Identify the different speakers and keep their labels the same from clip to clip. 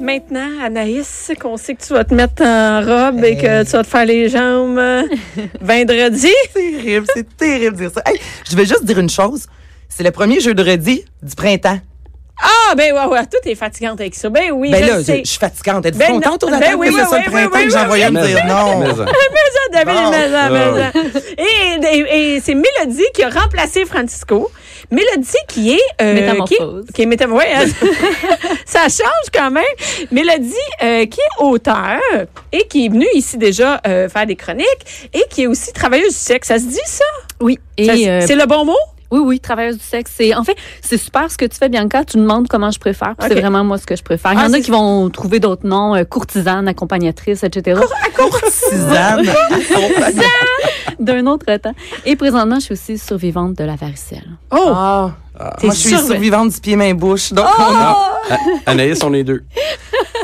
Speaker 1: Maintenant, Anaïs, qu'on sait que tu vas te mettre en robe et que
Speaker 2: Hey.
Speaker 1: tu vas te faire les jambes euh, vendredi.
Speaker 2: terrible, c'est terrible de dire ça. Hey, je vais juste dire une chose. C'est le premier jeudi du printemps.
Speaker 1: Ah, ben ouais, ouais, tout est fatigante avec ça. Ben oui,
Speaker 2: ben
Speaker 1: je
Speaker 2: là,
Speaker 1: le
Speaker 2: je,
Speaker 1: sais.
Speaker 2: je suis fatigante. Êtes-vous
Speaker 1: Ben non.
Speaker 2: contente, on
Speaker 1: Ben
Speaker 2: attend
Speaker 1: oui,
Speaker 2: que ce
Speaker 1: oui,
Speaker 2: soit le
Speaker 1: oui,
Speaker 2: printemps
Speaker 1: oui,
Speaker 2: que
Speaker 1: oui,
Speaker 2: j'envoyais me dire non.
Speaker 3: Mais-
Speaker 1: Mais ça, David,
Speaker 2: Bon.
Speaker 1: mais ça, mais
Speaker 3: Ah
Speaker 1: ça. Et, et- et c'est Mélodie qui a remplacé Francisco. Mélodie qui est... euh,
Speaker 4: Métamorphose.
Speaker 1: Qui, qui est métam- ouais, hein. ça change quand même. Mélodie euh, qui est auteur et qui est venue ici déjà euh, faire des chroniques et qui est aussi travailleuse du sexe. Ça se dit, ça?
Speaker 4: Oui.
Speaker 1: Ça se-
Speaker 4: Et, euh,
Speaker 1: c'est le bon mot?
Speaker 4: oui, oui, travailleuse du sexe. C'est, en fait, c'est super ce que tu fais, Bianca. Tu demandes comment je préfère. puis
Speaker 1: Ok.
Speaker 4: C'est vraiment moi ce que je préfère. Il y
Speaker 1: Ah,
Speaker 4: en a
Speaker 1: c'est-
Speaker 4: qui vont trouver d'autres noms, euh, courtisane, accompagnatrice, etc.
Speaker 2: Suzanne,
Speaker 1: Ah.
Speaker 4: D'un autre temps. Et présentement, je suis aussi survivante de la varicelle.
Speaker 1: Oh!
Speaker 2: Ah.
Speaker 1: T'es
Speaker 2: moi, je suis
Speaker 1: sûre, Oh, mais-
Speaker 2: survivante du pied main bouche. Donc, on a-
Speaker 3: Anaïs, on est deux.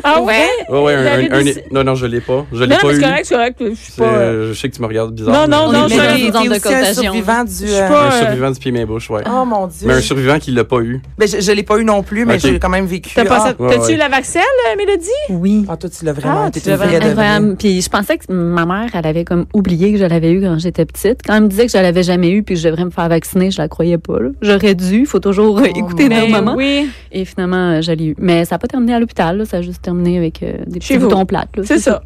Speaker 1: Ah ouais?
Speaker 3: Ouais, ouais, un-
Speaker 1: David
Speaker 3: un- un-
Speaker 1: aussi.
Speaker 3: non, non, je l'ai pas. Je l'ai
Speaker 1: Non,
Speaker 3: pas
Speaker 1: mais c'est
Speaker 3: eu.
Speaker 1: correct, c'est correct. Je suis
Speaker 3: C'est,
Speaker 1: pas... euh,
Speaker 3: euh, je sais que tu me regardes
Speaker 1: Non,
Speaker 3: bizarre.
Speaker 1: non,
Speaker 3: mais-
Speaker 1: non,
Speaker 4: est
Speaker 1: je-
Speaker 4: dans une
Speaker 2: t'es
Speaker 4: zone de
Speaker 2: aussi un
Speaker 4: contagion.
Speaker 2: survivant du.
Speaker 1: Je suis
Speaker 2: euh,
Speaker 1: pas-
Speaker 3: Un survivant du pied main bouche, ouais.
Speaker 2: Oh mon Dieu.
Speaker 3: Mais un survivant qui l'a pas eu.
Speaker 2: Ben, je, je l'ai pas eu non plus, mais
Speaker 3: Ok.
Speaker 2: j'ai quand même vécu.
Speaker 1: T'as pas
Speaker 2: ah.
Speaker 1: ça-
Speaker 3: ouais,
Speaker 1: T'as-tu
Speaker 3: ouais.
Speaker 1: la vaccelle, euh, Mélodie?
Speaker 4: Oui.
Speaker 2: Ah, toi, tu l'as vraiment.
Speaker 1: Ah,
Speaker 2: t'es
Speaker 1: tu
Speaker 2: une
Speaker 1: l'as
Speaker 2: vraie de vraie.
Speaker 4: Incroyable. Puis je pensais que ma mère, elle avait comme oublié que je l'avais eu quand j'étais petite. Quand elle me disait que je l'avais jamais eu puis que je devrais me faire vacciner, je la croyais pas. là. J'aurais dû. Faut toujours euh, écouter leur
Speaker 1: Ben
Speaker 4: maman.
Speaker 1: Oui.
Speaker 4: Et finalement, euh, je l'ai eu. Mais ça n'a pas terminé à l'hôpital. là. Ça a juste terminé avec euh, des
Speaker 1: Chez
Speaker 4: petits
Speaker 1: vous.
Speaker 4: boutons plates. là.
Speaker 1: C'est ça.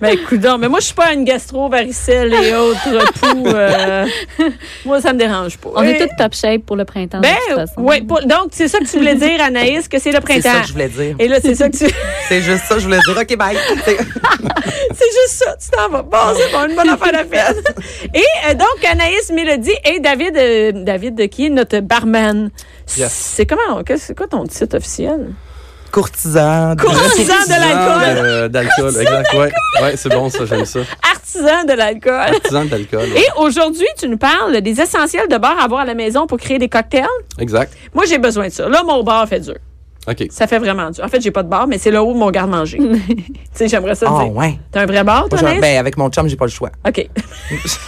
Speaker 1: ben, coudonc, mais moi, je suis pas une gastro, varicelle et autres poux. euh, moi, ça me dérange pas.
Speaker 4: On est
Speaker 1: Eh,
Speaker 4: tous top shape pour le printemps.
Speaker 1: Ben,
Speaker 4: de toute façon.
Speaker 1: ouais, pour- donc, c'est ça que tu voulais dire, Anaïs, que c'est le
Speaker 2: C'est ça
Speaker 1: printemps.
Speaker 2: que je voulais dire.
Speaker 1: Et là, c'est ça que tu.
Speaker 2: C'est juste ça que je voulais dire. OK, bye. C'est-
Speaker 1: C'est juste ça, tu t'en vas. Bon, c'est bon, une bonne affaire à faire. Et euh, donc, Anaïs, Mélodie et David, euh, David, euh, qui est notre barman.
Speaker 3: Yes.
Speaker 1: C'est comment, qu'est-ce- c'est quoi ton titre officiel?
Speaker 2: Courtisan. de-
Speaker 1: Courtisan Ah, de l'alcool.
Speaker 3: Euh, D'alcool, exact. Ouais, ouais c'est bon, ça, j'aime ça.
Speaker 1: Artisan de l'alcool.
Speaker 3: Artisan de l'alcool. ouais.
Speaker 1: Et aujourd'hui, tu nous parles des essentiels de bar à avoir à la maison pour créer des cocktails.
Speaker 3: Exact.
Speaker 1: Moi, j'ai besoin de ça. Là, mon bar fait dur.
Speaker 3: OK.
Speaker 1: Ça fait vraiment dur. En fait, j'ai pas de bar, mais c'est là où mon garde-manger. tu sais, j'aimerais ça
Speaker 2: Ah,
Speaker 1: dire.
Speaker 2: ouais.
Speaker 1: T'as un vrai bar, toi,
Speaker 2: Moi, j'en-
Speaker 1: Anaïs?
Speaker 2: ben, avec mon chum, j'ai pas le choix.
Speaker 1: OK.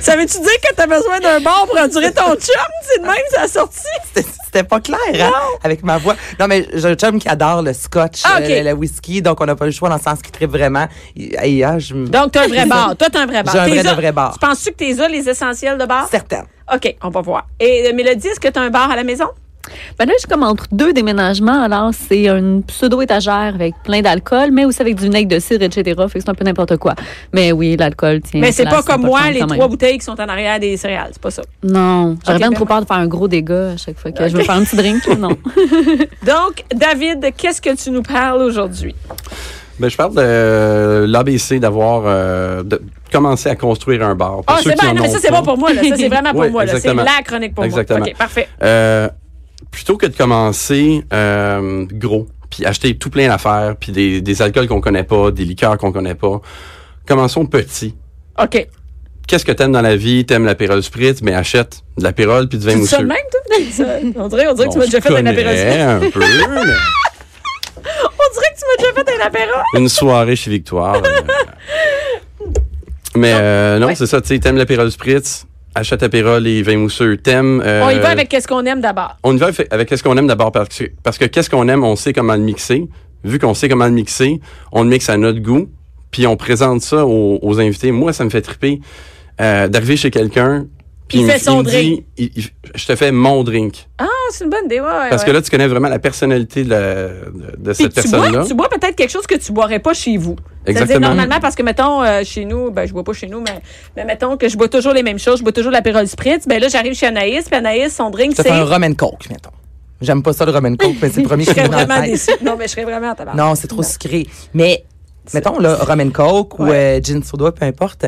Speaker 1: ça veut-tu dire que t'as besoin d'un bar pour endurer ton chum? C'est de même, ça a sorti.
Speaker 2: C'était- C'était pas clair, hein, avec ma voix. Non, mais j'ai un chum qui adore le scotch,
Speaker 1: Ah, ok.
Speaker 2: euh, le, le whisky, donc on n'a pas le choix dans le sens qu'il tripe vraiment. Et, et, ah, je me-
Speaker 1: Donc, t'as un vrai bar. Toi, t'as un vrai bar.
Speaker 2: J'ai un
Speaker 1: T'es
Speaker 2: vrai de
Speaker 1: là.
Speaker 2: vrai bar.
Speaker 1: Tu penses-tu que t'es as les essentiels de bar?
Speaker 2: Certaine.
Speaker 1: OK, on va voir. Et euh, Mélodie, est-ce que t'as un bar à la maison?
Speaker 4: Ben là, je suis comme entre deux déménagements. Alors, c'est une pseudo-étagère avec plein d'alcool, mais aussi avec du vinaigre de cidre, etc. Fait que c'est un peu n'importe quoi. Mais oui, l'alcool, tiens.
Speaker 1: mais Ben, c'est
Speaker 4: place,
Speaker 1: pas comme
Speaker 4: le
Speaker 1: moi,
Speaker 4: fun
Speaker 1: les
Speaker 4: quand même.
Speaker 1: trois bouteilles qui sont en arrière des céréales. C'est pas ça.
Speaker 4: Non, j'aurais
Speaker 1: Ok,
Speaker 4: même
Speaker 1: ben
Speaker 4: trop
Speaker 1: ouais.
Speaker 4: peur de faire un gros dégât à chaque fois que je
Speaker 1: Ok.
Speaker 4: veux faire un petit drink. là, Non.
Speaker 1: Donc, David, qu'est-ce que tu nous parles aujourd'hui?
Speaker 3: Ben, je parle de euh, l'ABC d'avoir euh, de commencer à construire un bar. Pour
Speaker 1: Ah,
Speaker 3: ceux
Speaker 1: c'est
Speaker 3: qui
Speaker 1: bon.
Speaker 3: en
Speaker 1: Non, mais
Speaker 3: ont
Speaker 1: ça, c'est
Speaker 3: pas,
Speaker 1: bon pour moi. Là. Ça, c'est vraiment pour
Speaker 3: Ouais,
Speaker 1: moi. là. C'est
Speaker 3: exactement.
Speaker 1: la chronique pour
Speaker 3: Exactement.
Speaker 1: moi. OK, parfait.
Speaker 3: Euh, plutôt que de commencer euh, gros, puis acheter tout plein d'affaires, puis des, des alcools qu'on connaît pas, des liqueurs qu'on connaît pas, commençons petit.
Speaker 1: OK.
Speaker 3: Qu'est-ce que t'aimes dans la vie? T'aimes l'apérole spritz, mais achète de l'apérole puis du vin
Speaker 1: Tu dis ça de
Speaker 3: mousseux.
Speaker 1: même, toi? Ça- On dirait, on dirait que tu
Speaker 3: Bon,
Speaker 1: m'as déjà
Speaker 3: je
Speaker 1: fait un apéro.
Speaker 3: connais un peu, mais
Speaker 1: On dirait que tu m'as déjà fait un apéro.
Speaker 3: une soirée chez Victoire. euh. Mais euh, non,
Speaker 1: ouais.
Speaker 3: c'est ça, tu sais, t'aimes l'apérole spritz, achète apérole et vin mousseux. T'aimes... euh,
Speaker 1: On y va avec qu'est-ce qu'on aime d'abord.
Speaker 3: on y va avec avec qu'est-ce qu'on aime d'abord parce que parce que qu'est-ce qu'on aime, on sait comment le mixer. Vu qu'on sait comment le mixer, on le mixe à notre goût, puis on présente ça aux, aux invités. Moi, ça me fait triper euh, d'arriver chez quelqu'un. puis
Speaker 1: Il
Speaker 3: me-
Speaker 1: fait son
Speaker 3: me dit, il- il- je te fais mon drink.
Speaker 1: Ah, c'est une bonne idée. Ouais, ouais,
Speaker 3: Parce
Speaker 1: ouais.
Speaker 3: que là, tu connais vraiment la personnalité de, la- de- de
Speaker 1: Puis
Speaker 3: cette
Speaker 1: tu bois,
Speaker 3: personne-là.
Speaker 1: tu bois peut-être quelque chose que tu boirais pas chez vous. C'est-à-dire
Speaker 3: Exactement.
Speaker 1: normalement parce que mettons euh, chez nous, ben je bois pas chez nous, mais, mais mettons que je bois toujours les mêmes choses, je bois toujours l'apérole spritz. Ben là j'arrive chez Anaïs, puis Anaïs son drink
Speaker 2: Ça fait un
Speaker 1: c'est.
Speaker 2: rum and coke, mettons. J'aime pas ça, le rum and coke, mais c'est le premier
Speaker 1: Je
Speaker 2: qui me
Speaker 1: serais
Speaker 2: vient en
Speaker 1: vraiment
Speaker 2: tête. Ah,
Speaker 1: déçue. Non mais je serais vraiment à tabac.
Speaker 2: Non, c'est trop sucré. Mais mettons, là, rum and coke ou euh, gin soda, peu importe.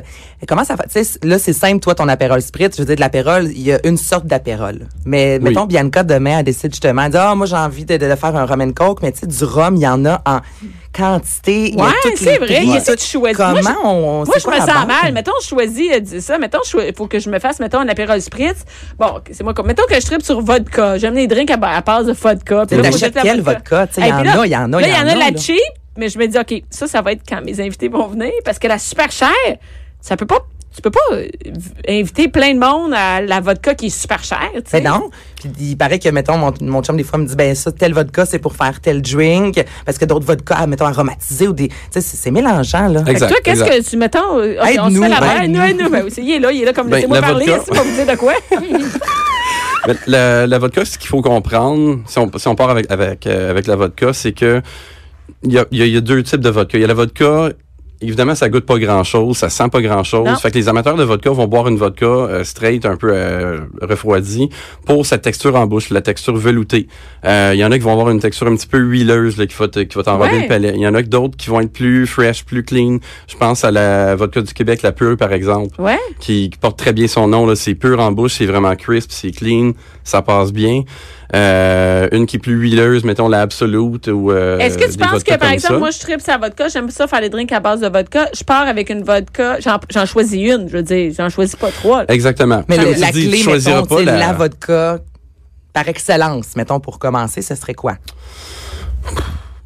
Speaker 2: Comment ça fait? Tu sais, là, c'est simple, toi, ton apérole spritz. Je veux dire, de l'apérole, il y a une sorte d'apérole. Mais,
Speaker 3: Oui.
Speaker 2: mettons, Bianca, demain, elle décide justement, elle dit, ah, moi, j'ai envie de, de- de faire un rum and coke, mais tu sais, du rhum, il y en a en quantité. il y a
Speaker 1: Ouais,
Speaker 2: toutes
Speaker 1: c'est
Speaker 2: les
Speaker 1: vrai,
Speaker 2: prix,
Speaker 1: il y a
Speaker 2: tout.
Speaker 1: tout choisi. Moi,
Speaker 2: Comment
Speaker 1: je-
Speaker 2: on, on
Speaker 1: Moi,
Speaker 2: c'est
Speaker 1: je
Speaker 2: quoi
Speaker 1: me
Speaker 2: la
Speaker 1: sens
Speaker 2: base?
Speaker 1: mal. Mettons, je choisis euh, dis ça. Mettons, il faut que je me fasse, mettons, un apérole spritz. Bon, c'est moi. comme- Mettons que je tripe sur vodka. J'aime les drinks à, ba- à base de vodka. Puis
Speaker 2: Tu
Speaker 1: là, faut
Speaker 2: t'achètes
Speaker 1: mettre la
Speaker 2: quel vodka? Tu sais, il
Speaker 1: Hey,
Speaker 2: y en
Speaker 1: puis là-
Speaker 2: a, il y en a,
Speaker 1: Là, il y en a de la
Speaker 2: là.
Speaker 1: cheap, mais je me dis, OK, ça, ça va être quand mes invités vont venir. Parce que la super chère, ça peut pas. Tu peux pas euh, inviter plein de monde à la vodka qui est super chère. tu sais.
Speaker 2: Ben non. Puis il paraît que, mettons, mon, mon chum, des fois, me dit, ben ça, tel vodka, c'est pour faire tel drink, parce que d'autres vodkas, mettons, aromatisés ou des. Tu sais, c'est c'est mélangeant, là.
Speaker 1: Fait que
Speaker 3: Exact,
Speaker 1: toi, qu'est-ce
Speaker 3: exact.
Speaker 1: que tu, mettons, euh, OK, on se
Speaker 2: Aide-nous,
Speaker 1: fait la
Speaker 2: ben,
Speaker 1: balle.
Speaker 2: aide-nous.
Speaker 1: Nous, nous, ben, oui, c'est- il est là, il est là, comme
Speaker 3: Ben,
Speaker 1: laissez-moi
Speaker 3: la
Speaker 1: parler,
Speaker 3: vodka.
Speaker 1: laissez-moi vous dire de quoi.
Speaker 3: Mais la, la vodka, ce qu'il faut comprendre, si on, si on part avec, avec, euh, avec la vodka, c'est que il y a, il y a- il y a deux types de vodka. Il y a la vodka, évidemment, ça goûte pas grand-chose, ça sent pas
Speaker 1: Non.
Speaker 3: grand-chose. Fait que les amateurs de vodka vont boire une vodka euh, straight, un peu euh, refroidie, pour sa texture en bouche, la texture veloutée. Euh, Il y en a qui vont avoir une texture un petit peu huileuse là, qui va te- qui va t'enrober
Speaker 1: Ouais.
Speaker 3: le palais. Il y en a que d'autres qui vont être plus fresh, plus clean. Je pense à la vodka du Québec, la pure, par exemple
Speaker 1: Ouais.
Speaker 3: qui, qui porte très bien son nom. là. C'est pur en bouche, c'est vraiment crisp, c'est clean, ça passe bien. Euh, une qui est plus huileuse, mettons la Absolute ou euh,
Speaker 1: Est-ce que tu
Speaker 3: des
Speaker 1: penses
Speaker 3: vodkas
Speaker 1: que, par
Speaker 3: comme
Speaker 1: exemple,
Speaker 3: ça.
Speaker 1: moi, je tripe sa vodka, j'aime ça faire des drinks à base de vodka, je pars avec une vodka, j'en- j'en choisis une, je veux dire, j'en choisis pas trois. là.
Speaker 3: Exactement.
Speaker 2: Mais
Speaker 3: Comme
Speaker 2: le-
Speaker 3: tu
Speaker 2: la
Speaker 3: dis,
Speaker 2: clé,
Speaker 3: tu choisiras
Speaker 2: mettons, tu sais, la...
Speaker 3: pas la-
Speaker 2: vodka par excellence, mettons, pour commencer, ce serait quoi?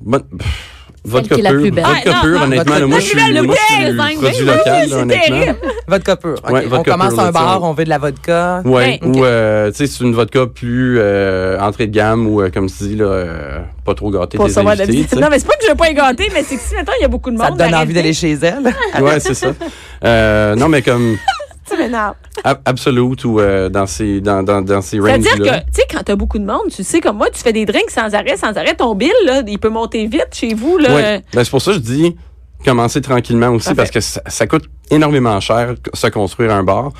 Speaker 3: Bon- pff, Vodka
Speaker 4: qui est la
Speaker 3: pure,
Speaker 4: plus belle.
Speaker 3: vodka
Speaker 1: Ah, non,
Speaker 3: pure,
Speaker 1: non,
Speaker 3: honnêtement,
Speaker 2: vodka-
Speaker 3: là, moi,
Speaker 2: La
Speaker 3: je
Speaker 1: plus
Speaker 3: suis,
Speaker 1: belle, le
Speaker 3: moi, je
Speaker 1: belle,
Speaker 3: suis
Speaker 4: vingt,
Speaker 3: produit
Speaker 4: vingt,
Speaker 3: local,
Speaker 1: oui,
Speaker 3: là,
Speaker 1: c'est
Speaker 3: honnêtement.
Speaker 1: terrible.
Speaker 2: Vodka pur. OK,
Speaker 3: Ouais,
Speaker 2: on
Speaker 3: vodka
Speaker 2: commence
Speaker 3: pur,
Speaker 2: un
Speaker 3: là,
Speaker 2: bar,
Speaker 3: tiens.
Speaker 2: on veut de la vodka.
Speaker 3: Ouais,
Speaker 1: Ok.
Speaker 3: ou euh, tu sais, c'est une vodka plus euh, entrée de gamme ou euh, comme tu dis là, euh, pas trop gâtée
Speaker 1: Pour
Speaker 3: tes
Speaker 1: savoir la
Speaker 3: invités,
Speaker 1: visite.
Speaker 3: tu sais.
Speaker 1: Non, mais c'est pas que je veux pas y gâter, mais c'est que si, mettons, il y a beaucoup de monde.
Speaker 2: Ça te donne
Speaker 1: arrêtez,
Speaker 2: envie d'aller chez elle.
Speaker 3: Ouais, c'est ça. Euh, non, mais comme
Speaker 1: Tu m'énerves.
Speaker 3: Ab- Absolute ou euh, dans ces dans dans dans ces ranges là.
Speaker 1: C'est-à-dire que, tu sais, quand t'as beaucoup de monde, tu sais, comme moi, tu fais des drinks sans arrêt, sans arrêt. Ton bill, là, il peut monter vite chez vous, là.
Speaker 3: Ouais. Ben, c'est pour ça que je dis commencer tranquillement aussi
Speaker 1: Parfait.
Speaker 3: parce que ça, ça coûte énormément cher c- se construire un bar.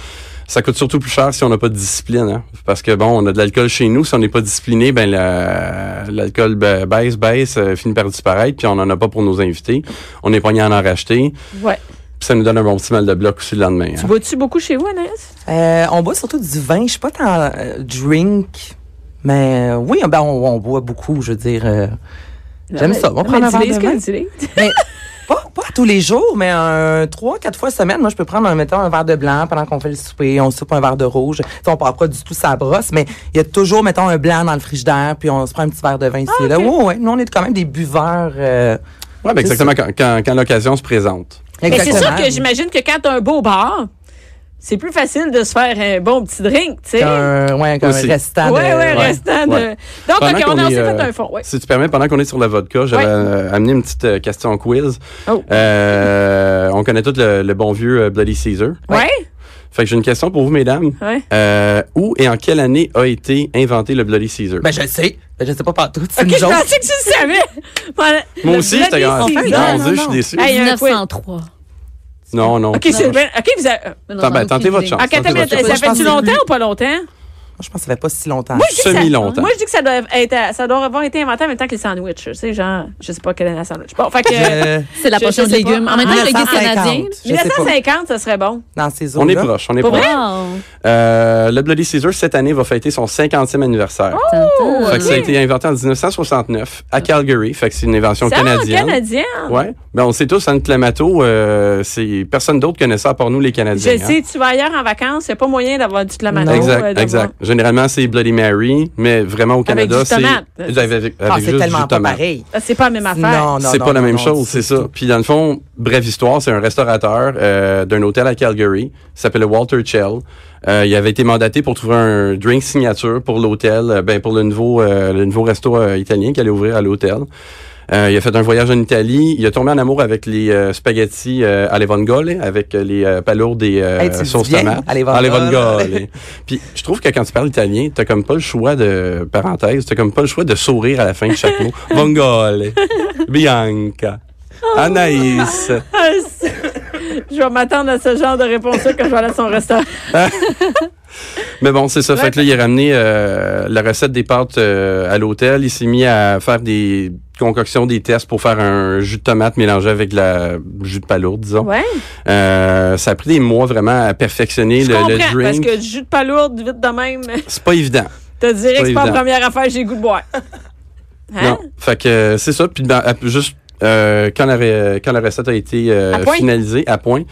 Speaker 3: Ça coûte surtout plus cher si on n'a pas de discipline. hein. Parce que bon, on a de l'alcool chez nous. Si on n'est pas discipliné, ben la- l'alcool ba- baisse, baisse, euh, finit par disparaître, puis on n'en a pas pour nos invités. On est pogné à en racheter.
Speaker 1: Ouais.
Speaker 3: Puis ça nous donne un bon petit mal de bloc aussi le lendemain. hein.
Speaker 1: Tu bois-tu beaucoup chez vous, Anaïs?
Speaker 2: Euh, on boit surtout du vin. Je suis pas tant euh, drink, mais euh, oui, ben, on, on boit beaucoup, je veux dire. euh, J'aime ça. On prend un verre de vin. Mais pas, pas à tous les jours, mais un, trois, quatre fois semaine. Moi, je peux prendre, un, mettons, un verre de blanc pendant qu'on fait le souper. On soupe un verre de rouge. Tu sais, on part pas du tout sa brosse, mais il y a toujours, mettons, un blanc dans le frigidaire, puis on se prend un petit verre de vin ici. et là.
Speaker 1: Ah, ok.
Speaker 2: Ouais, ouais. Nous, on est quand même des buveurs. euh,
Speaker 3: Ouais, ben,
Speaker 2: C'est
Speaker 3: exactement quand, quand, quand l'occasion se présente.
Speaker 1: Mais c'est sûr
Speaker 2: exactement.
Speaker 1: que j'imagine que quand t'as un beau bar, c'est plus facile de se faire un bon petit drink, tu sais.
Speaker 2: Qu'un- ouais, qu'un
Speaker 3: Aussi.
Speaker 2: restant
Speaker 1: Ouais, ouais,
Speaker 2: de...
Speaker 3: ouais,
Speaker 1: restant
Speaker 3: ouais.
Speaker 1: de. Donc,
Speaker 3: Pendant
Speaker 1: OK, on
Speaker 3: qu'on
Speaker 1: a aussi
Speaker 3: est, euh,
Speaker 1: fait un fond. Ouais.
Speaker 3: Si tu permets, pendant qu'on est sur la vodka, j'avais
Speaker 1: Ouais.
Speaker 3: euh, amené une petite euh, question quiz.
Speaker 1: Oh.
Speaker 3: Euh, on connaît tous le, le bon vieux euh, Bloody Caesar.
Speaker 1: Ouais?
Speaker 3: Fait que j'ai une question pour vous, mesdames.
Speaker 1: Ouais.
Speaker 3: Euh, où et en quelle année a été inventé le Bloody Caesar?
Speaker 2: Ben, je le sais. Ben, je sais pas partout. C'est
Speaker 1: OK,
Speaker 2: une
Speaker 1: je
Speaker 2: joke.
Speaker 1: pensais que tu le savais. Voilà.
Speaker 3: Moi
Speaker 1: Le
Speaker 3: aussi,
Speaker 1: Bloody
Speaker 3: j'étais grand.
Speaker 1: Caesar.
Speaker 2: Non,
Speaker 3: Mon
Speaker 2: non,
Speaker 3: Dieu, je
Speaker 2: non.
Speaker 3: suis déçu.
Speaker 1: Hey, un quiz.
Speaker 4: 1903.
Speaker 3: Non, non.
Speaker 1: OK, c'est bien. OK, vous avez. euh,
Speaker 4: Mais non,
Speaker 3: Tant-
Speaker 4: j'en ai
Speaker 3: ben,
Speaker 4: aucune
Speaker 3: tentez votre
Speaker 4: idée.
Speaker 3: chance.
Speaker 1: OK, attends,
Speaker 3: Attends,
Speaker 1: mais
Speaker 3: attends,
Speaker 1: ça
Speaker 2: je pense
Speaker 1: fait-tu
Speaker 2: que c'est
Speaker 1: longtemps
Speaker 2: plus-
Speaker 1: ou pas longtemps?
Speaker 2: Je pense que ça fait pas si longtemps.
Speaker 1: Moi, je dis que ça-
Speaker 3: Semi-longtemps.
Speaker 1: Moi, je dis que ça doit être, à- ça doit avoir été inventé en même temps que les sandwichs. Tu sais, genre, je sais pas quelle année la sandwich. Bon, fait que.
Speaker 2: Euh,
Speaker 4: C'est la
Speaker 1: Je- je
Speaker 4: portion de
Speaker 1: sais pas. Ah,
Speaker 4: légumes. En même temps, je le guide
Speaker 2: 1950.
Speaker 4: canadien.
Speaker 2: Je sais pas.
Speaker 1: 1950, ça serait bon.
Speaker 2: Dans ces eaux
Speaker 3: On est proche, on est
Speaker 1: Pour
Speaker 3: proche.
Speaker 1: vrai?
Speaker 4: Wow.
Speaker 3: Euh, le Bloody Caesar, cette année, va fêter son 50e anniversaire.
Speaker 1: Oh!
Speaker 4: Tintin.
Speaker 3: Fait que ça a été inventé en 1969 à Calgary. Fait que c'est une invention
Speaker 1: Ça,
Speaker 3: canadienne.
Speaker 1: canadien.
Speaker 3: Ouais. Ben, on sait tous, Anne Clamato, euh, c'est personne d'autre connaît ça à part nous, les Canadiens.
Speaker 1: Je
Speaker 3: hein.
Speaker 1: sais, tu vas ailleurs en vacances, il a pas moyen d'avoir du clamato. euh,
Speaker 2: Non,
Speaker 3: Exact, exact. Généralement, c'est Bloody Mary, mais vraiment au
Speaker 1: Avec
Speaker 3: Canada,
Speaker 1: du
Speaker 3: c'est.
Speaker 1: tomate.
Speaker 3: Avec, avec
Speaker 2: Ah,
Speaker 3: juste
Speaker 2: c'est
Speaker 3: du
Speaker 2: tellement pas
Speaker 3: tomate.
Speaker 2: pareil.
Speaker 1: Ah, C'est pas la même affaire.
Speaker 2: Non, non,
Speaker 3: c'est
Speaker 2: non,
Speaker 3: pas la
Speaker 2: non,
Speaker 3: même
Speaker 2: non,
Speaker 3: chose, c'est ça. Puis dans le fond, brève histoire, c'est un restaurateur euh, d'un hôtel à Calgary, il s'appelle Walter Chell. Euh, il avait été mandaté pour trouver un drink signature pour l'hôtel, euh, ben pour le nouveau euh, le nouveau resto euh, italien qu'il allait ouvrir à l'hôtel. Euh, il a fait un voyage en Italie. Il a tombé en amour avec les euh, spaghettis euh, alle vongole, avec euh, les euh, palourdes et euh,
Speaker 2: Hey, tu le
Speaker 3: sauces
Speaker 2: dis bien,
Speaker 3: tomates.
Speaker 2: alle vongole.
Speaker 3: Alle vongole. Puis je trouve que quand tu parles italien, t'as comme pas le choix de parenthèse, t'as comme pas le choix de sourire à la fin de chaque mot. Vongole, Bianca,
Speaker 1: Oh.
Speaker 3: Anaïs.
Speaker 1: Ah, c'est- je vais m'attendre à ce genre de réponse-là quand je vais aller à son restaurant.
Speaker 3: Mais bon, c'est ça.
Speaker 1: Ouais.
Speaker 3: Fait que là, il a ramené euh, la recette des pâtes euh, à l'hôtel. Il s'est mis à faire des concoction des tests pour faire un jus de tomate mélangé avec de la jus de palourde, disons.
Speaker 1: Ouais.
Speaker 3: Euh, ça a pris des mois vraiment à perfectionner
Speaker 1: Je
Speaker 3: le,
Speaker 1: comprends,
Speaker 3: le
Speaker 1: parce
Speaker 3: drink.
Speaker 1: que du jus de palourde, vite de même,
Speaker 3: C'est pas évident.
Speaker 1: te dirais que c'est pas la
Speaker 3: évident.
Speaker 1: première affaire que j'ai le goût de boire. Hein?
Speaker 3: Non. Fait que euh, c'est ça. Puis ben, à- juste euh, quand, la, ré- quand la recette a été euh,
Speaker 1: À point.
Speaker 3: finalisée à point,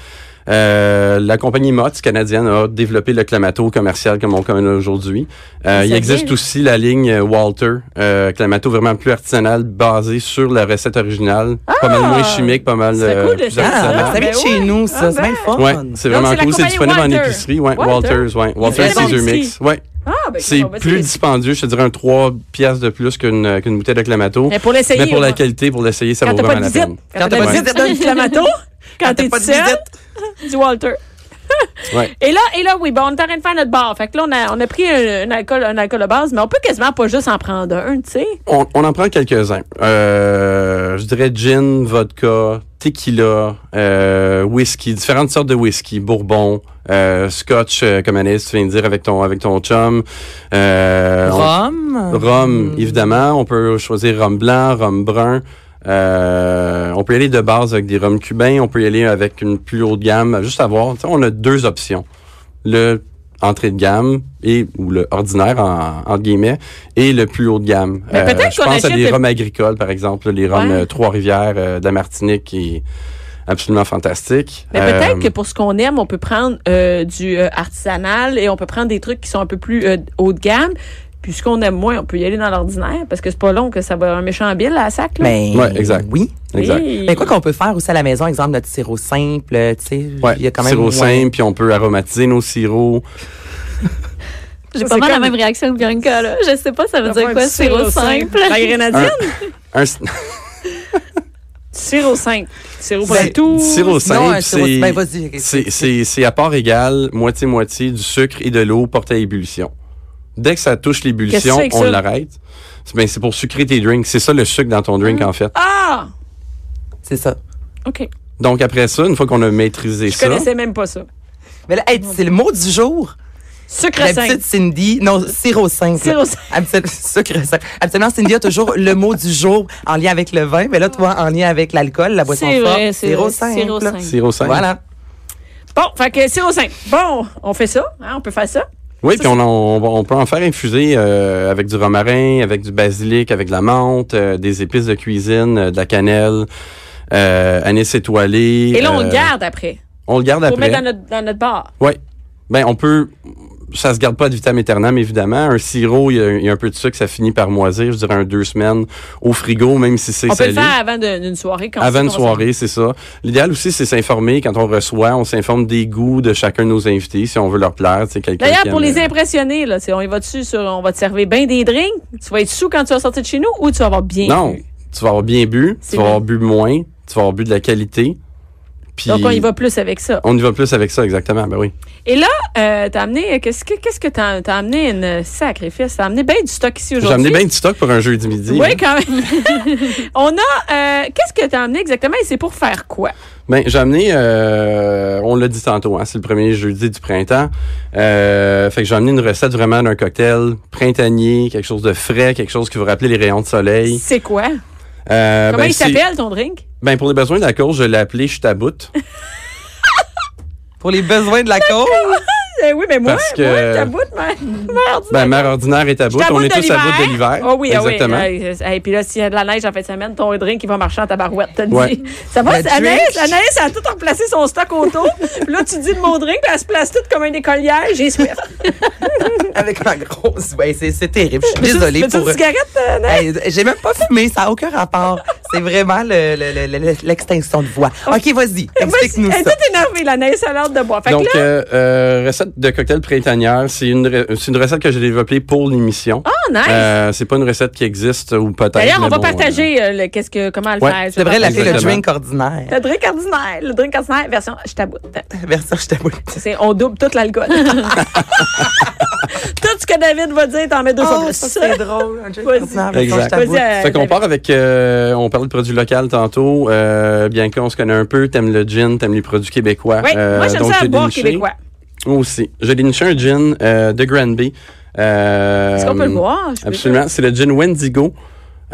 Speaker 3: euh, la compagnie Mott canadienne a développé le Clamato commercial comme on connaît aujourd'hui. Euh,
Speaker 1: Ça
Speaker 3: il existe
Speaker 1: vient.
Speaker 3: aussi la ligne euh, Walter euh, Clamato vraiment plus artisanale basée sur la recette originale, pas mal moins chimique, pas mal
Speaker 1: Ah!
Speaker 3: euh,
Speaker 1: C'est cool de
Speaker 3: plus
Speaker 1: savoir.
Speaker 3: artisanale.
Speaker 2: Ah, ça vient de
Speaker 1: Ben
Speaker 2: chez
Speaker 1: ouais.
Speaker 2: nous,
Speaker 1: Ah
Speaker 2: ça. C'est
Speaker 1: ben.
Speaker 2: bien le fun.
Speaker 3: Ouais, c'est
Speaker 1: Donc,
Speaker 3: vraiment
Speaker 1: c'est la
Speaker 3: cool.
Speaker 1: compagnie
Speaker 3: C'est disponible en
Speaker 1: Walter.
Speaker 3: épicerie. Ouais,
Speaker 1: Walter.
Speaker 3: Walters, ouais. Walters
Speaker 1: très bon
Speaker 3: Caesar
Speaker 1: épicerie.
Speaker 3: Mix. Ouais.
Speaker 1: Ah, ben,
Speaker 3: C'est
Speaker 1: bon, ben,
Speaker 3: plus
Speaker 1: bon.
Speaker 3: dispendieux, je te dirais un 3 pièces de plus qu'une euh, qu'une bouteille de Clamato.
Speaker 1: Mais pour l'essayer,
Speaker 3: Mais pour
Speaker 1: au
Speaker 3: la
Speaker 1: moins.
Speaker 3: qualité, pour l'essayer, ça
Speaker 1: quand
Speaker 3: vaut
Speaker 1: t'as pas
Speaker 3: vraiment
Speaker 1: de
Speaker 3: la
Speaker 1: visite,
Speaker 3: peine.
Speaker 1: quand t'as pas de
Speaker 3: Ouais.
Speaker 1: visite, t'as donné du clamato. Quand t'es
Speaker 2: pas
Speaker 1: tout
Speaker 2: de
Speaker 1: seul,
Speaker 2: visite.
Speaker 1: du Walter.
Speaker 3: Ouais.
Speaker 1: Et là, et là, oui, bon, on est en train de faire notre bar. Fait que là, on a, on a pris un, un alcool, un alcool de base, mais on peut quasiment pas juste en prendre un, tu sais.
Speaker 3: On, on en prend quelques-uns. Euh, je dirais gin, vodka, tequila, euh, whisky, différentes sortes de whisky, bourbon, euh, scotch, euh, comme Anaïs, tu viens de dire, avec ton, avec ton chum. Euh, on-
Speaker 2: Rome.
Speaker 3: Rhum,
Speaker 1: Mm-hmm.
Speaker 3: évidemment. On peut choisir rhum blanc, rhum brun. Euh, on peut y aller de base avec des rhums cubains. On peut y aller avec une plus haute gamme. Juste à voir. Tu sais, on a deux options. Le entrée de gamme et ou le ordinaire en, entre guillemets et le plus haut de gamme. Euh,
Speaker 1: Mais peut-être
Speaker 3: je
Speaker 1: qu'on
Speaker 3: pense à
Speaker 1: achète
Speaker 3: des
Speaker 1: le-
Speaker 3: rhums agricoles par exemple, là, les rhums
Speaker 1: Ouais.
Speaker 3: euh, Trois-Rivières euh, de la Martinique qui est absolument fantastique.
Speaker 1: Mais
Speaker 3: Euh,
Speaker 1: peut-être que pour ce qu'on aime, on peut prendre euh, du euh, artisanal et on peut prendre des trucs qui sont un peu plus euh, haut de gamme. Puis ce qu'on aime moins, on peut y aller dans l'ordinaire parce que c'est pas long que ça va un méchant bill à la sac. Là.
Speaker 2: Mais
Speaker 3: Ouais, exact.
Speaker 2: Ben oui.
Speaker 3: Ben, exact.
Speaker 1: Oui.
Speaker 2: Mais quoi qu'on peut faire aussi à la maison, exemple notre sirop simple, euh, tu sais,
Speaker 3: Ouais,
Speaker 2: il y a quand même
Speaker 3: sirop
Speaker 2: moins-
Speaker 3: simple, puis on peut aromatiser nos sirops.
Speaker 4: J'ai
Speaker 1: Ça,
Speaker 4: pas
Speaker 1: c'est
Speaker 4: mal la
Speaker 1: comme-
Speaker 4: même réaction que Bianca, là. Je sais pas, ça veut dire quoi, sirop simple.
Speaker 1: La grenadine?
Speaker 3: Un,
Speaker 1: Sirop simple. Sirop pour
Speaker 2: Ben,
Speaker 1: le tout.
Speaker 3: sirop
Speaker 2: Non,
Speaker 3: simple,
Speaker 2: un sirop-
Speaker 3: c'est
Speaker 2: ben, vas-y.
Speaker 3: c'est- c'est c'est à part égale, moitié-moitié du sucre et de l'eau portée à ébullition. Dès que ça touche l'ébullition,
Speaker 1: Qu'est-ce que c'est
Speaker 3: on
Speaker 1: que ça?
Speaker 3: l'arrête. C'est ben, c'est pour sucrer tes drinks. C'est ça le sucre dans ton drink, en fait.
Speaker 1: Ah!
Speaker 2: C'est ça.
Speaker 1: OK.
Speaker 3: Donc après ça, une fois qu'on a maîtrisé
Speaker 1: Je
Speaker 3: ça,
Speaker 1: connaissais même pas ça.
Speaker 2: Mais là, hey, c'est le mot du jour.
Speaker 1: Sucre
Speaker 2: La
Speaker 1: simple.
Speaker 2: petite Cindy, non, sirop simple.
Speaker 1: Sirop simple.
Speaker 2: Absol- sucre simple. Absolument, Cindy a toujours le mot du jour en lien avec le vin, mais là, toi, en lien avec l'alcool, la boisson
Speaker 4: C'est
Speaker 2: forte,
Speaker 4: vrai, c'est
Speaker 2: sirop
Speaker 4: vrai,
Speaker 2: simple.
Speaker 4: sirop simple.
Speaker 3: sirop simple.
Speaker 2: Voilà.
Speaker 1: Bon, fait que sirop simple. Bon, on fait ça. hein, on peut faire ça.
Speaker 3: Oui,
Speaker 1: Ça,
Speaker 3: puis on, en- on, va- on peut en faire infuser euh, avec du romarin, avec du basilic, avec de la menthe, euh, des épices de cuisine, euh, de la cannelle, euh, anis étoilé.
Speaker 1: Et là, on
Speaker 3: euh,
Speaker 1: le garde après.
Speaker 3: On le garde
Speaker 1: Pour
Speaker 3: après.
Speaker 1: mettre dans notre, dans notre bar.
Speaker 3: Oui. Ben, on peut. Ça se garde pas de vitam aeternam, évidemment. Un sirop, il y, a- il y a un peu de sucre, ça finit par moisir, je dirais, un deux semaines au frigo, même si c'est
Speaker 1: On peut
Speaker 3: salé.
Speaker 1: le faire avant de- d'une soirée. Quand on sait
Speaker 3: Avant une
Speaker 1: qu'on s'en-
Speaker 3: soirée, c'est ça. L'idéal aussi, c'est s'informer quand on reçoit. On s'informe des goûts de chacun de nos invités, si on veut leur plaire. C'est quelqu'un
Speaker 1: D'ailleurs,
Speaker 3: qui
Speaker 1: pour
Speaker 3: aime,
Speaker 1: les
Speaker 3: euh,
Speaker 1: impressionner, là, c'est on y va dessus sur on va te servir bien des drinks. Tu vas être sous quand tu vas sortir de chez nous ou tu vas avoir bien
Speaker 3: Non,
Speaker 1: bu.
Speaker 3: tu vas avoir bien bu,
Speaker 1: C'est
Speaker 3: tu vas
Speaker 1: vrai.
Speaker 3: avoir bu moins, tu vas avoir bu de la qualité. Puis
Speaker 1: Donc on y va plus avec ça.
Speaker 3: on y va plus avec ça, exactement. Ben oui.
Speaker 1: Et là, euh, t'as amené qu'est-ce que qu'est-ce que t'as t'as amené une sacrifice, t'as amené bien du stock ici
Speaker 3: J'ai
Speaker 1: aujourd'hui.
Speaker 3: amené bien du stock pour un jeudi midi. hein.
Speaker 1: Oui, quand même. on a euh, qu'est-ce que t'as amené exactement et c'est pour faire quoi
Speaker 3: Ben, j'ai amené, euh, on l'a dit tantôt, hein, c'est le premier jeudi du printemps. Euh, fait que j'ai amené une recette vraiment d'un cocktail printanier, quelque chose de frais, quelque chose qui vous rappelle les rayons de soleil.
Speaker 1: C'est quoi
Speaker 3: Euh,
Speaker 1: Comment
Speaker 3: ben,
Speaker 1: il
Speaker 3: c'est-
Speaker 1: s'appelle ton drink
Speaker 3: Ben, pour les besoins de la cause, je l'ai appelé Chutabout.
Speaker 2: Pour les besoins de la cause.
Speaker 1: Eh oui, mais moi,
Speaker 3: Parce
Speaker 1: moi,
Speaker 3: que-
Speaker 1: ta boute, ma- merde.
Speaker 3: ben, mère ordinaire est à bout. On est tous à bout de l'hiver.
Speaker 1: Oh oui, ah oui.
Speaker 3: Exactement.
Speaker 1: Et puis là, s'il y a de la neige en fin de semaine, ton drink, il va marcher en tabarouette, t'as
Speaker 3: Ouais.
Speaker 1: dit. Ça va,
Speaker 2: Le
Speaker 1: Anaïs,
Speaker 2: drink.
Speaker 1: Anaïs, elle a tout replacé son stock autour. Puis là, tu dis de mon drink, puis elle se place toute comme un écolière. J'ai soif.
Speaker 2: Avec ma grosse. Ouais, c'est c'est terrible. Je suis
Speaker 1: Veux-tu-
Speaker 2: désolée
Speaker 1: veux-tu
Speaker 2: pour.
Speaker 1: une cigarette, euh, Anaïs?
Speaker 2: Hey, J'ai même pas fumé, ça n'a aucun rapport. C'est vraiment le- le- le- le- l'extinction de voix. OK, vas-y, explique-nous
Speaker 1: Elle est
Speaker 2: ça.
Speaker 1: toute énervée, l'Anaïs, elle a hâte de boire. Fait que
Speaker 3: Donc,
Speaker 1: là,
Speaker 3: euh, euh, recette de cocktail printanière, c'est une, re- c'est une recette que j'ai développée pour l'émission.
Speaker 1: oh, nice.
Speaker 3: Euh, c'est pas une recette qui existe ou peut-être.
Speaker 1: D'ailleurs, on
Speaker 3: mais
Speaker 1: va
Speaker 3: bon, euh,
Speaker 1: partager euh, le- qu'est-ce que, comment le
Speaker 3: Ouais,
Speaker 1: faire. Je
Speaker 2: Je devrais
Speaker 1: vais
Speaker 2: l'appeler le
Speaker 3: Exactement.
Speaker 2: drink ordinaire.
Speaker 1: Le drink ordinaire, le drink ordinaire, version je taboute.
Speaker 2: Version, je t'avoue.
Speaker 1: C'est- On double tout l'alcool. tout ce que David va dire, t'en mets deux fois
Speaker 2: Oh,
Speaker 1: plus.
Speaker 2: ça, c'est drôle. Un drink
Speaker 1: Vas-y.
Speaker 2: ordinaire, version, je
Speaker 3: Exact.
Speaker 2: t'avoue.
Speaker 1: Vas-y, euh,
Speaker 3: Fait qu'on
Speaker 1: David.
Speaker 3: part avec, euh, on parlait de produits locaux tantôt. Euh, bien qu'on se connaît un peu, t'aimes le gin, t'aimes les produits québécois.
Speaker 1: Oui,
Speaker 3: Euh,
Speaker 1: moi j'aime
Speaker 3: donc
Speaker 1: ça
Speaker 3: j'ai
Speaker 1: boire
Speaker 3: déniché-
Speaker 1: québécois.
Speaker 3: Moi aussi. J'ai déniché un gin euh, de Granby. Euh,
Speaker 1: Est-ce qu'on peut le boire? Je peux-
Speaker 3: Absolument. C'est le gin Wendigo.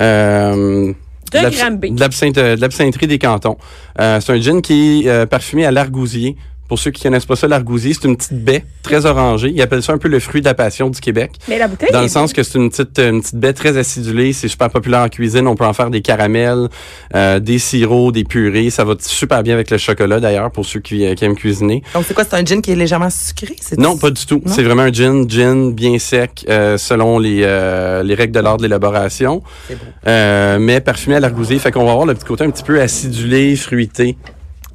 Speaker 3: Euh,
Speaker 1: De
Speaker 3: l'abs-
Speaker 1: Granby.
Speaker 3: de l'absinthe- euh, de l'absintherie des cantons. Euh, c'est un gin qui est euh, parfumé à l'argousier. Pour ceux qui connaissent pas ça, l'argousier, c'est une petite baie très orangée. Ils appellent ça un peu le fruit de la passion du Québec.
Speaker 1: Mais la bouteille.
Speaker 3: Dans le
Speaker 1: est-
Speaker 3: sens que c'est une petite, une petite baie très acidulée, c'est super populaire en cuisine. On peut en faire des caramels, euh, des sirops, des purées. Ça va super bien avec le chocolat d'ailleurs pour ceux qui, euh, qui aiment cuisiner.
Speaker 2: Donc, c'est quoi? C'est un gin qui est légèrement sucré? C'est-
Speaker 3: Non, pas du tout.
Speaker 2: Non?
Speaker 3: C'est vraiment un gin, gin bien sec euh, selon les, euh, les règles de l'art de l'élaboration.
Speaker 2: C'est beau.
Speaker 3: Euh, mais parfumé à l'argousier, fait qu'on va avoir le petit côté un petit peu acidulé, fruité.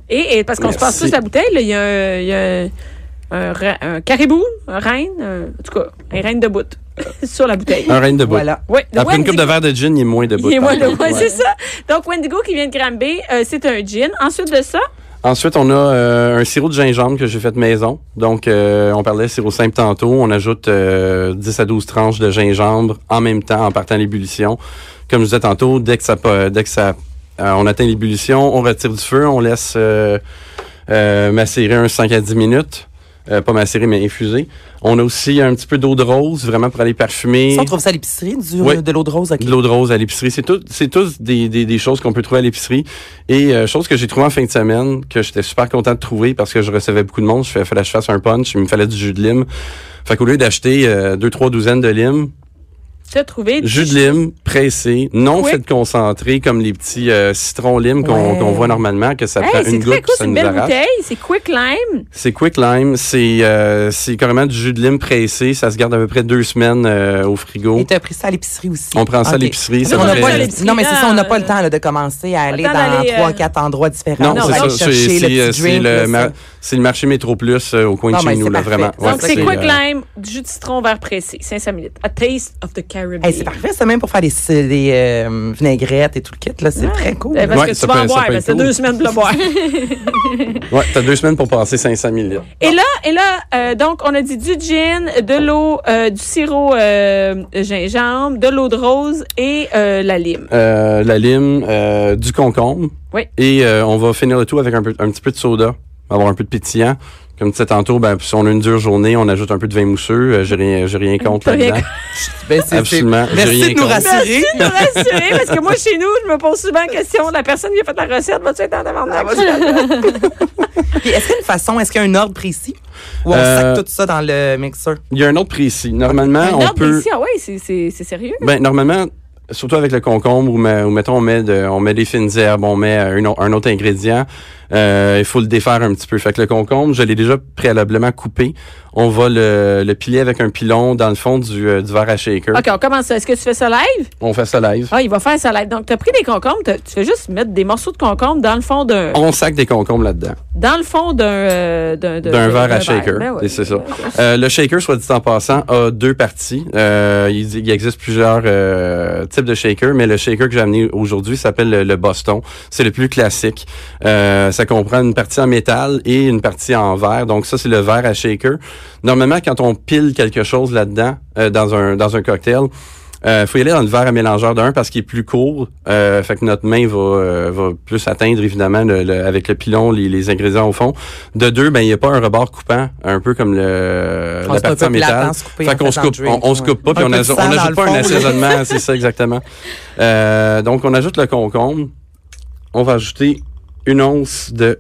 Speaker 1: Et, et parce qu'on se passe
Speaker 3: Merci.
Speaker 1: tous la bouteille, là, il y a, un- il y a un, un ra- un caribou, un reine, un- en tout cas, un reine de bout sur la bouteille.
Speaker 3: Un règne de bois.
Speaker 2: Voilà.
Speaker 1: Oui, de
Speaker 3: Ah, Après une coupe
Speaker 1: Wendigo.
Speaker 3: de verre de gin, il est moins de bois.
Speaker 1: Il est moins de
Speaker 3: pardon.
Speaker 1: bout,
Speaker 3: Ouais.
Speaker 1: c'est ça. Donc, Wendigo qui vient de Granby, euh, c'est un gin. Ensuite de ça,
Speaker 3: Ensuite, on a euh, un sirop de gingembre que j'ai fait maison. Donc, euh, on parlait de sirop simple tantôt. On ajoute euh, 10 à 12 tranches de gingembre en même temps, en partant l'ébullition. Comme je disais tantôt, dès que ça, pa- dès que ça, euh, on atteint l'ébullition, on retire du feu, on laisse euh, euh, macérer un 5 à 10 minutes. Euh, pas macérer, mais infuser. On a aussi un petit peu d'eau de rose, vraiment pour aller parfumer.
Speaker 2: Ça, on trouve ça à l'épicerie, du-
Speaker 3: Oui.
Speaker 2: de l'eau de rose. ok.
Speaker 3: De l'eau de rose à l'épicerie. C'est tout, c'est tous des, des, des choses qu'on peut trouver à l'épicerie. Et euh, chose que j'ai trouvée en fin de semaine, que j'étais super content de trouver parce que je recevais beaucoup de monde. Je fais, fallait que je fasse un punch, il me fallait du jus de lime. Fait qu'au lieu d'acheter euh, deux, trois douzaines de limes,
Speaker 1: tu as trouvé. du-
Speaker 3: jus de lime pressé, non
Speaker 1: Oui.
Speaker 3: fait de concentré, comme les petits euh, citrons limes qu'on
Speaker 2: Ouais.
Speaker 3: qu'on voit normalement, que ça
Speaker 1: Hey,
Speaker 3: prend
Speaker 1: c'est
Speaker 3: une
Speaker 1: très cool,
Speaker 3: goutte puis
Speaker 1: c'est
Speaker 3: ça
Speaker 1: une
Speaker 3: nous
Speaker 1: belle
Speaker 3: arrache.
Speaker 1: bouteille, c'est Quick Lime.
Speaker 3: C'est quick lime, c'est euh, c'est carrément du jus de lime pressé. Ça se garde à peu près deux semaines euh, au frigo.
Speaker 2: Et tu as pris ça à l'épicerie aussi.
Speaker 3: On prend ça à
Speaker 2: Ok.
Speaker 3: l'épicerie, ça
Speaker 2: On n'a
Speaker 3: fait-
Speaker 2: pas
Speaker 3: Ça,
Speaker 2: le-
Speaker 1: l'épicerie,
Speaker 2: Non, mais c'est ça, on n'a
Speaker 1: là,
Speaker 2: pas le temps là, de commencer à aller
Speaker 1: temps
Speaker 2: dans
Speaker 1: d'aller,
Speaker 2: trois,
Speaker 1: euh,
Speaker 2: quatre endroits différents.
Speaker 3: Non,
Speaker 1: non,
Speaker 2: On
Speaker 3: c'est
Speaker 2: Ah va
Speaker 3: ça.
Speaker 2: aller chercher
Speaker 3: C'est c'est, euh,
Speaker 2: le petit
Speaker 3: c'est
Speaker 2: drink,
Speaker 3: le,
Speaker 2: là,
Speaker 3: mar-
Speaker 2: ça.
Speaker 3: c'est le marché Métro Plus euh, au coin de
Speaker 2: Non,
Speaker 3: chez
Speaker 2: mais
Speaker 3: nous,
Speaker 2: c'est
Speaker 3: là,
Speaker 2: parfait.
Speaker 3: vraiment.
Speaker 2: Ouais,
Speaker 1: Donc,
Speaker 2: ça,
Speaker 1: c'est
Speaker 2: c'est,
Speaker 1: Quick
Speaker 3: euh,
Speaker 1: Lime, du jus de citron vert pressé, 500 ml. A taste of the Caribbean.
Speaker 2: Hey, c'est parfait, ça, même pour faire des, c'est des euh, vinaigrettes et tout le kit. là, C'est
Speaker 1: Ouais.
Speaker 2: très cool.
Speaker 1: Eh, Parce
Speaker 3: Ouais,
Speaker 1: que
Speaker 3: ça
Speaker 1: tu vas
Speaker 3: peut-
Speaker 1: en
Speaker 3: ça
Speaker 1: boire,
Speaker 3: peut être
Speaker 1: parce que t'as
Speaker 3: cool.
Speaker 1: deux semaines de le boire.
Speaker 3: Ouais, t'as deux semaines pour passer 500 ml.
Speaker 1: Et là, et là euh, donc, on a dit du gin, de l'eau, euh, du sirop euh, gingembre, de l'eau de rose et euh, la lime.
Speaker 3: Euh, la lime, euh, du concombre.
Speaker 1: Oui.
Speaker 3: Et euh, on va finir le tout avec un, peu, un petit peu de soda, avoir un peu de pétillant. Comme tu disais tantôt, ben, si on a une dure journée, on ajoute un peu de vin mousseux. Euh, j'ai rien, j'ai rien contre
Speaker 1: T'as rien
Speaker 3: là-dedans.
Speaker 2: Ben, c'est- c'est-
Speaker 3: Absolument. J'ai rien
Speaker 2: Merci de nous
Speaker 3: contre.
Speaker 2: rassurer.
Speaker 1: Merci de me rassurer, parce que moi, chez nous, je me pose souvent la question, la personne qui a fait la recette, va-tu être en avant
Speaker 2: Puis, Est-ce qu'il y a une façon, est-ce qu'il y a un ordre précis? Ou on
Speaker 3: Euh,
Speaker 2: sac tout ça dans le mixeur?
Speaker 3: Il y a un autre prix ici. Normalement, on peut.
Speaker 1: ici, ah ouais, c'est- c'est c'est sérieux.
Speaker 3: Ben, normalement, surtout avec le concombre, ou, ma- ou mettons, on met, de- on met des fines herbes, on met euh, une au- un autre ingrédient, euh, il faut le défaire un petit peu. Fait que le concombre, je l'ai déjà préalablement coupé. On va le, le piler avec un pilon dans le fond du, euh, du verre à shaker.
Speaker 1: OK, on commence. ça. Est-ce que tu fais ça live?
Speaker 3: On fait ça live.
Speaker 1: Ah, il va faire ça live. Donc, tu as pris des concombres, t'as- tu fais juste mettre des morceaux de concombres dans le fond d'un
Speaker 3: On sac des concombres là-dedans.
Speaker 1: dans le fond d'un euh, d'un d'un-
Speaker 3: D'un
Speaker 1: d'un
Speaker 3: verre à shaker.
Speaker 1: Ben ouais.
Speaker 3: Et c'est ça. Euh, le shaker, soit dit en passant, a deux parties. Euh, il, il existe plusieurs euh, types de shaker, mais le shaker que j'ai amené aujourd'hui s'appelle le, le Boston. C'est le plus classique. Euh, ça comprend une partie en métal et une partie en verre. Donc ça, c'est le verre à shaker. Normalement, quand on pile quelque chose là-dedans, euh, dans, un, dans un cocktail, euh, faut y aller dans le verre à mélangeur d'un parce qu'il est plus court. Euh, fait que notre main va, euh, va plus atteindre évidemment le- le- avec le pilon les, les ingrédients au fond. De deux, ben il n'y a pas un rebord coupant, un peu comme le
Speaker 2: On
Speaker 3: la
Speaker 2: se coupe
Speaker 3: partie en
Speaker 2: Ah, un peu la
Speaker 3: métal.
Speaker 2: pince coupée,
Speaker 3: fait
Speaker 2: on
Speaker 3: qu'on
Speaker 2: fait
Speaker 3: se
Speaker 2: dans le
Speaker 3: coupe, on,
Speaker 2: drink,
Speaker 3: on se
Speaker 2: ouais.
Speaker 3: coupe pas
Speaker 2: Un
Speaker 3: puis on
Speaker 2: peu de
Speaker 3: ajoute
Speaker 2: sang dans
Speaker 3: pas
Speaker 2: le
Speaker 3: un
Speaker 2: fond, là.
Speaker 3: assaisonnement, c'est ça exactement. Euh, donc on ajoute le concombre. On va ajouter une once de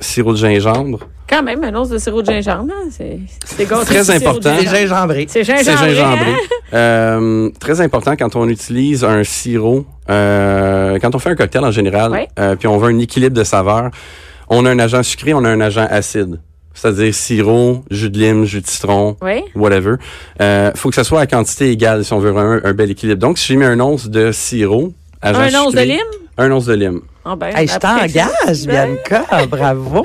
Speaker 3: sirop de gingembre.
Speaker 1: Quand même, un once de sirop de gingembre, hein, c'est c'est gâté,
Speaker 3: Très
Speaker 1: ce sirop de
Speaker 3: important.
Speaker 2: C'est
Speaker 1: gingembre.
Speaker 2: gingembré.
Speaker 1: C'est hein?
Speaker 3: C'est
Speaker 1: gingembre.
Speaker 3: gingembré. Euh, très important quand on utilise un sirop, euh, quand on fait un cocktail en général,
Speaker 1: Ouais.
Speaker 3: euh, puis on veut un équilibre de saveur, on a un agent sucré, on a un agent acide. C'est-à-dire sirop, jus de lime, jus de citron,
Speaker 1: Oui.
Speaker 3: whatever. Euh, faut que ça soit à quantité égale si on veut un, un bel équilibre. Donc, si j'ai mis un once de sirop, agent
Speaker 1: Un once de
Speaker 3: sucré,
Speaker 1: lime?
Speaker 3: Un once de lime.
Speaker 1: Ah ben,
Speaker 2: Hey, je
Speaker 1: après- ben,
Speaker 2: t'engage, Bianca. Bravo.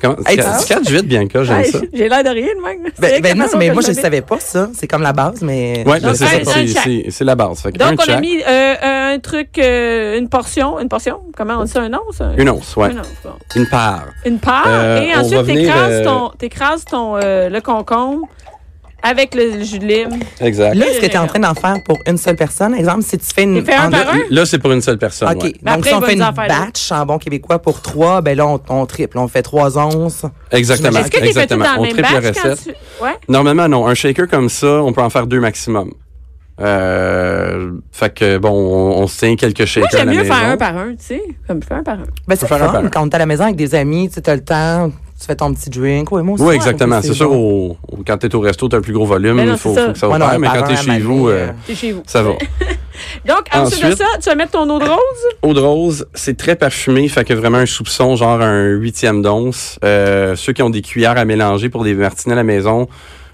Speaker 3: Tu commences-
Speaker 2: Hey,
Speaker 3: tu
Speaker 2: tu-
Speaker 3: tu catches vite, Bianca, j'aime
Speaker 1: Hey,
Speaker 3: ça.
Speaker 1: ben, J'ai l'air de rien, de même. C'est vrai
Speaker 2: Ben,
Speaker 1: que
Speaker 2: ben
Speaker 1: la
Speaker 2: non,
Speaker 1: façon
Speaker 2: mais
Speaker 1: que
Speaker 2: moi, je ne
Speaker 1: l'avais-
Speaker 2: savais pas ça. C'est comme la base, mais.
Speaker 3: Ouais, ben, c'est
Speaker 1: un-
Speaker 3: ça,
Speaker 1: un
Speaker 3: c'est-
Speaker 1: check.
Speaker 3: c'est c'est la base. Fait que
Speaker 1: Donc,
Speaker 3: un
Speaker 1: on a
Speaker 3: check,
Speaker 1: mis euh, un truc, euh, une portion, une portion, comment on dit ça, un once? un-
Speaker 3: une once, ouais.
Speaker 1: Une once, bon.
Speaker 3: Une part.
Speaker 1: Une part,
Speaker 3: Euh,
Speaker 1: et
Speaker 3: on va
Speaker 1: ensuite,
Speaker 3: venir,
Speaker 1: t'écrases
Speaker 3: euh,
Speaker 1: ton, t'écrases ton, euh, le concombre avec le, le jus de lime.
Speaker 3: Exact.
Speaker 2: Là, ce que tu es en train d'en faire pour une seule personne, exemple, si tu fais une.
Speaker 1: Tu fais un
Speaker 2: en-
Speaker 1: par un?
Speaker 3: Là, c'est pour une seule personne.
Speaker 2: OK.
Speaker 3: ouais.
Speaker 2: Donc,
Speaker 1: après,
Speaker 2: si
Speaker 1: il
Speaker 2: on
Speaker 1: va
Speaker 2: fait une
Speaker 1: nous en faire
Speaker 2: batch en bon québécois pour trois, ben là, on, on triple. On fait trois onces.
Speaker 3: Exactement.
Speaker 1: Est-ce que t'es fait tout
Speaker 3: Exactement.
Speaker 1: dans
Speaker 3: on
Speaker 1: le même
Speaker 3: triple la
Speaker 1: batch quand
Speaker 3: recette.
Speaker 1: tu... Ouais?
Speaker 3: Normalement, non. Un shaker comme ça, on peut en faire deux maximum. Euh, fait que bon, on, on se tient quelques
Speaker 1: Moi,
Speaker 3: shakers à
Speaker 1: j'aime
Speaker 3: la
Speaker 1: mieux
Speaker 3: maison.
Speaker 1: faire un par un, tu sais. Comme faire un par un.
Speaker 2: Ben, c'est
Speaker 3: faire un par
Speaker 2: fun.
Speaker 3: un.
Speaker 2: Quand t'es à la maison avec des amis, tu as le temps, tu fais ton petit drink. Oui, moi aussi.
Speaker 3: Oui, exactement.
Speaker 2: ouais,
Speaker 3: C'est sûr,
Speaker 2: bon.
Speaker 3: au- au- quand t'es au resto, t'as un plus gros volume,
Speaker 1: Ben non,
Speaker 3: il faut,
Speaker 1: c'est ça.
Speaker 3: faut que ça
Speaker 2: Ouais,
Speaker 3: va
Speaker 2: non,
Speaker 3: faire,
Speaker 2: un
Speaker 3: mais
Speaker 2: par
Speaker 3: quand
Speaker 2: un,
Speaker 3: t'es
Speaker 2: à
Speaker 3: chez
Speaker 2: m'amener,
Speaker 3: vous, euh,
Speaker 2: euh,
Speaker 1: C'est chez vous.
Speaker 3: ça va.
Speaker 1: Donc, ensuite, de
Speaker 3: Ensuite-
Speaker 1: ça, tu vas mettre ton eau de rose.
Speaker 3: Eau de rose, c'est très parfumé, fait que vraiment un soupçon, genre un huitième d'once. Euh, ceux qui ont des cuillères à mélanger pour des martinets à la maison,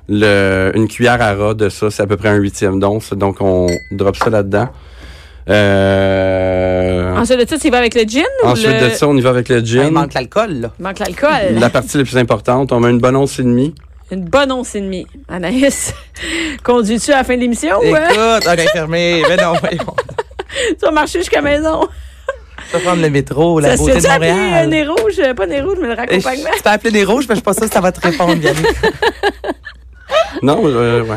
Speaker 3: le, une cuillère à ras de ça, c'est à peu près un huitième d'once. Donc, on drop ça là-dedans. Euh,
Speaker 1: Ensuite de ça, tu y vas avec le gin ou
Speaker 3: ensuite
Speaker 1: le...
Speaker 3: de ça, on y va avec le
Speaker 2: Ah, Il
Speaker 3: gin.
Speaker 2: manque l'alcool, là.
Speaker 1: Il manque l'alcool.
Speaker 3: La partie la plus importante, on met une bonne once et demie.
Speaker 1: Une bonne once et demie. Anaïs, conduis-tu à la fin de l'émission ou euh,
Speaker 2: Écoute, ah, un infirmier. Mais Ben, non, voyons.
Speaker 1: tu vas marcher jusqu'à la maison?
Speaker 2: Tu vas prendre le métro, la
Speaker 1: ça se
Speaker 2: beauté de
Speaker 1: fait-tu appeler euh,
Speaker 2: Montréal.
Speaker 1: Nez Rouge? Euh, Pas Nez Rouge, mais le
Speaker 2: Et je-
Speaker 1: raccompagnement.
Speaker 2: Tu peux appeler des rouges, mais je suis pas sûre que ça va te répondre, Yannick.
Speaker 3: Non, euh, ouais.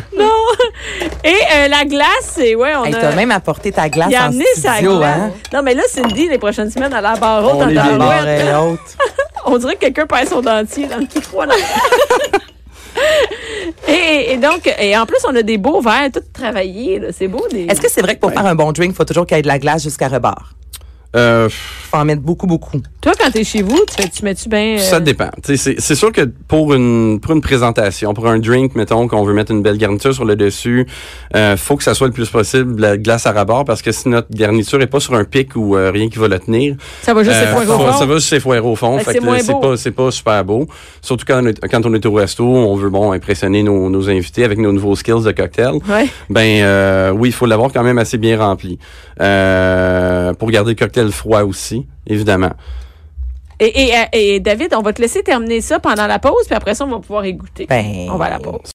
Speaker 1: Et euh, la glace, c'est... Ouais, on
Speaker 2: Hey,
Speaker 1: a...
Speaker 2: t'as même apporté ta glace
Speaker 1: Il a
Speaker 2: en
Speaker 1: amené sa
Speaker 2: studio,
Speaker 1: glace.
Speaker 2: hein?
Speaker 1: Non, mais là, Cindy, les prochaines semaines, à la barre haute,
Speaker 3: On
Speaker 1: en
Speaker 3: est bien
Speaker 1: tabarouette.
Speaker 2: Barre et haute.
Speaker 1: On dirait que quelqu'un perd son dentier dans le micro. là. et, et- et donc, et en plus, on a des beaux verres, tout travaillés. là. C'est beau. Des...
Speaker 2: Est-ce que c'est vrai que pour faire un bon drink, faut toujours qu'il y ait de la glace jusqu'à rebord?
Speaker 3: Euh,
Speaker 2: Faut en mettre beaucoup, beaucoup.
Speaker 1: Toi, quand t'es chez vous, tu, fais- tu mets-tu bien... euh,
Speaker 3: Ça dépend. Tu sais, C'est c'est sûr que pour une, pour une présentation, pour un drink, mettons qu'on veut mettre une belle garniture sur le dessus, euh, faut que ça soit le plus possible de la glace à rabord parce que si notre garniture est pas sur un pic ou euh, rien qui va le tenir,
Speaker 1: Ça va juste
Speaker 3: euh,
Speaker 1: s'effoirer au
Speaker 3: faut-
Speaker 1: fond.
Speaker 3: ça va juste s'effouer au fond.
Speaker 1: Fait que
Speaker 3: Fait
Speaker 1: c'est
Speaker 3: que
Speaker 1: moins
Speaker 3: là, c'est
Speaker 1: beau.
Speaker 3: pas, c'est pas super beau. Surtout quand on, est, quand on est au resto, on veut bon impressionner nos, nos invités avec nos nouveaux skills de cocktail.
Speaker 1: Ouais.
Speaker 3: Ben euh, oui, il faut l'avoir quand même assez bien rempli euh, pour garder le cocktail froid aussi, évidemment.
Speaker 1: Et, et- et David, on va te laisser terminer ça pendant la pause, puis après ça, on va pouvoir y goûter.
Speaker 2: Ben.
Speaker 1: On va à la pause.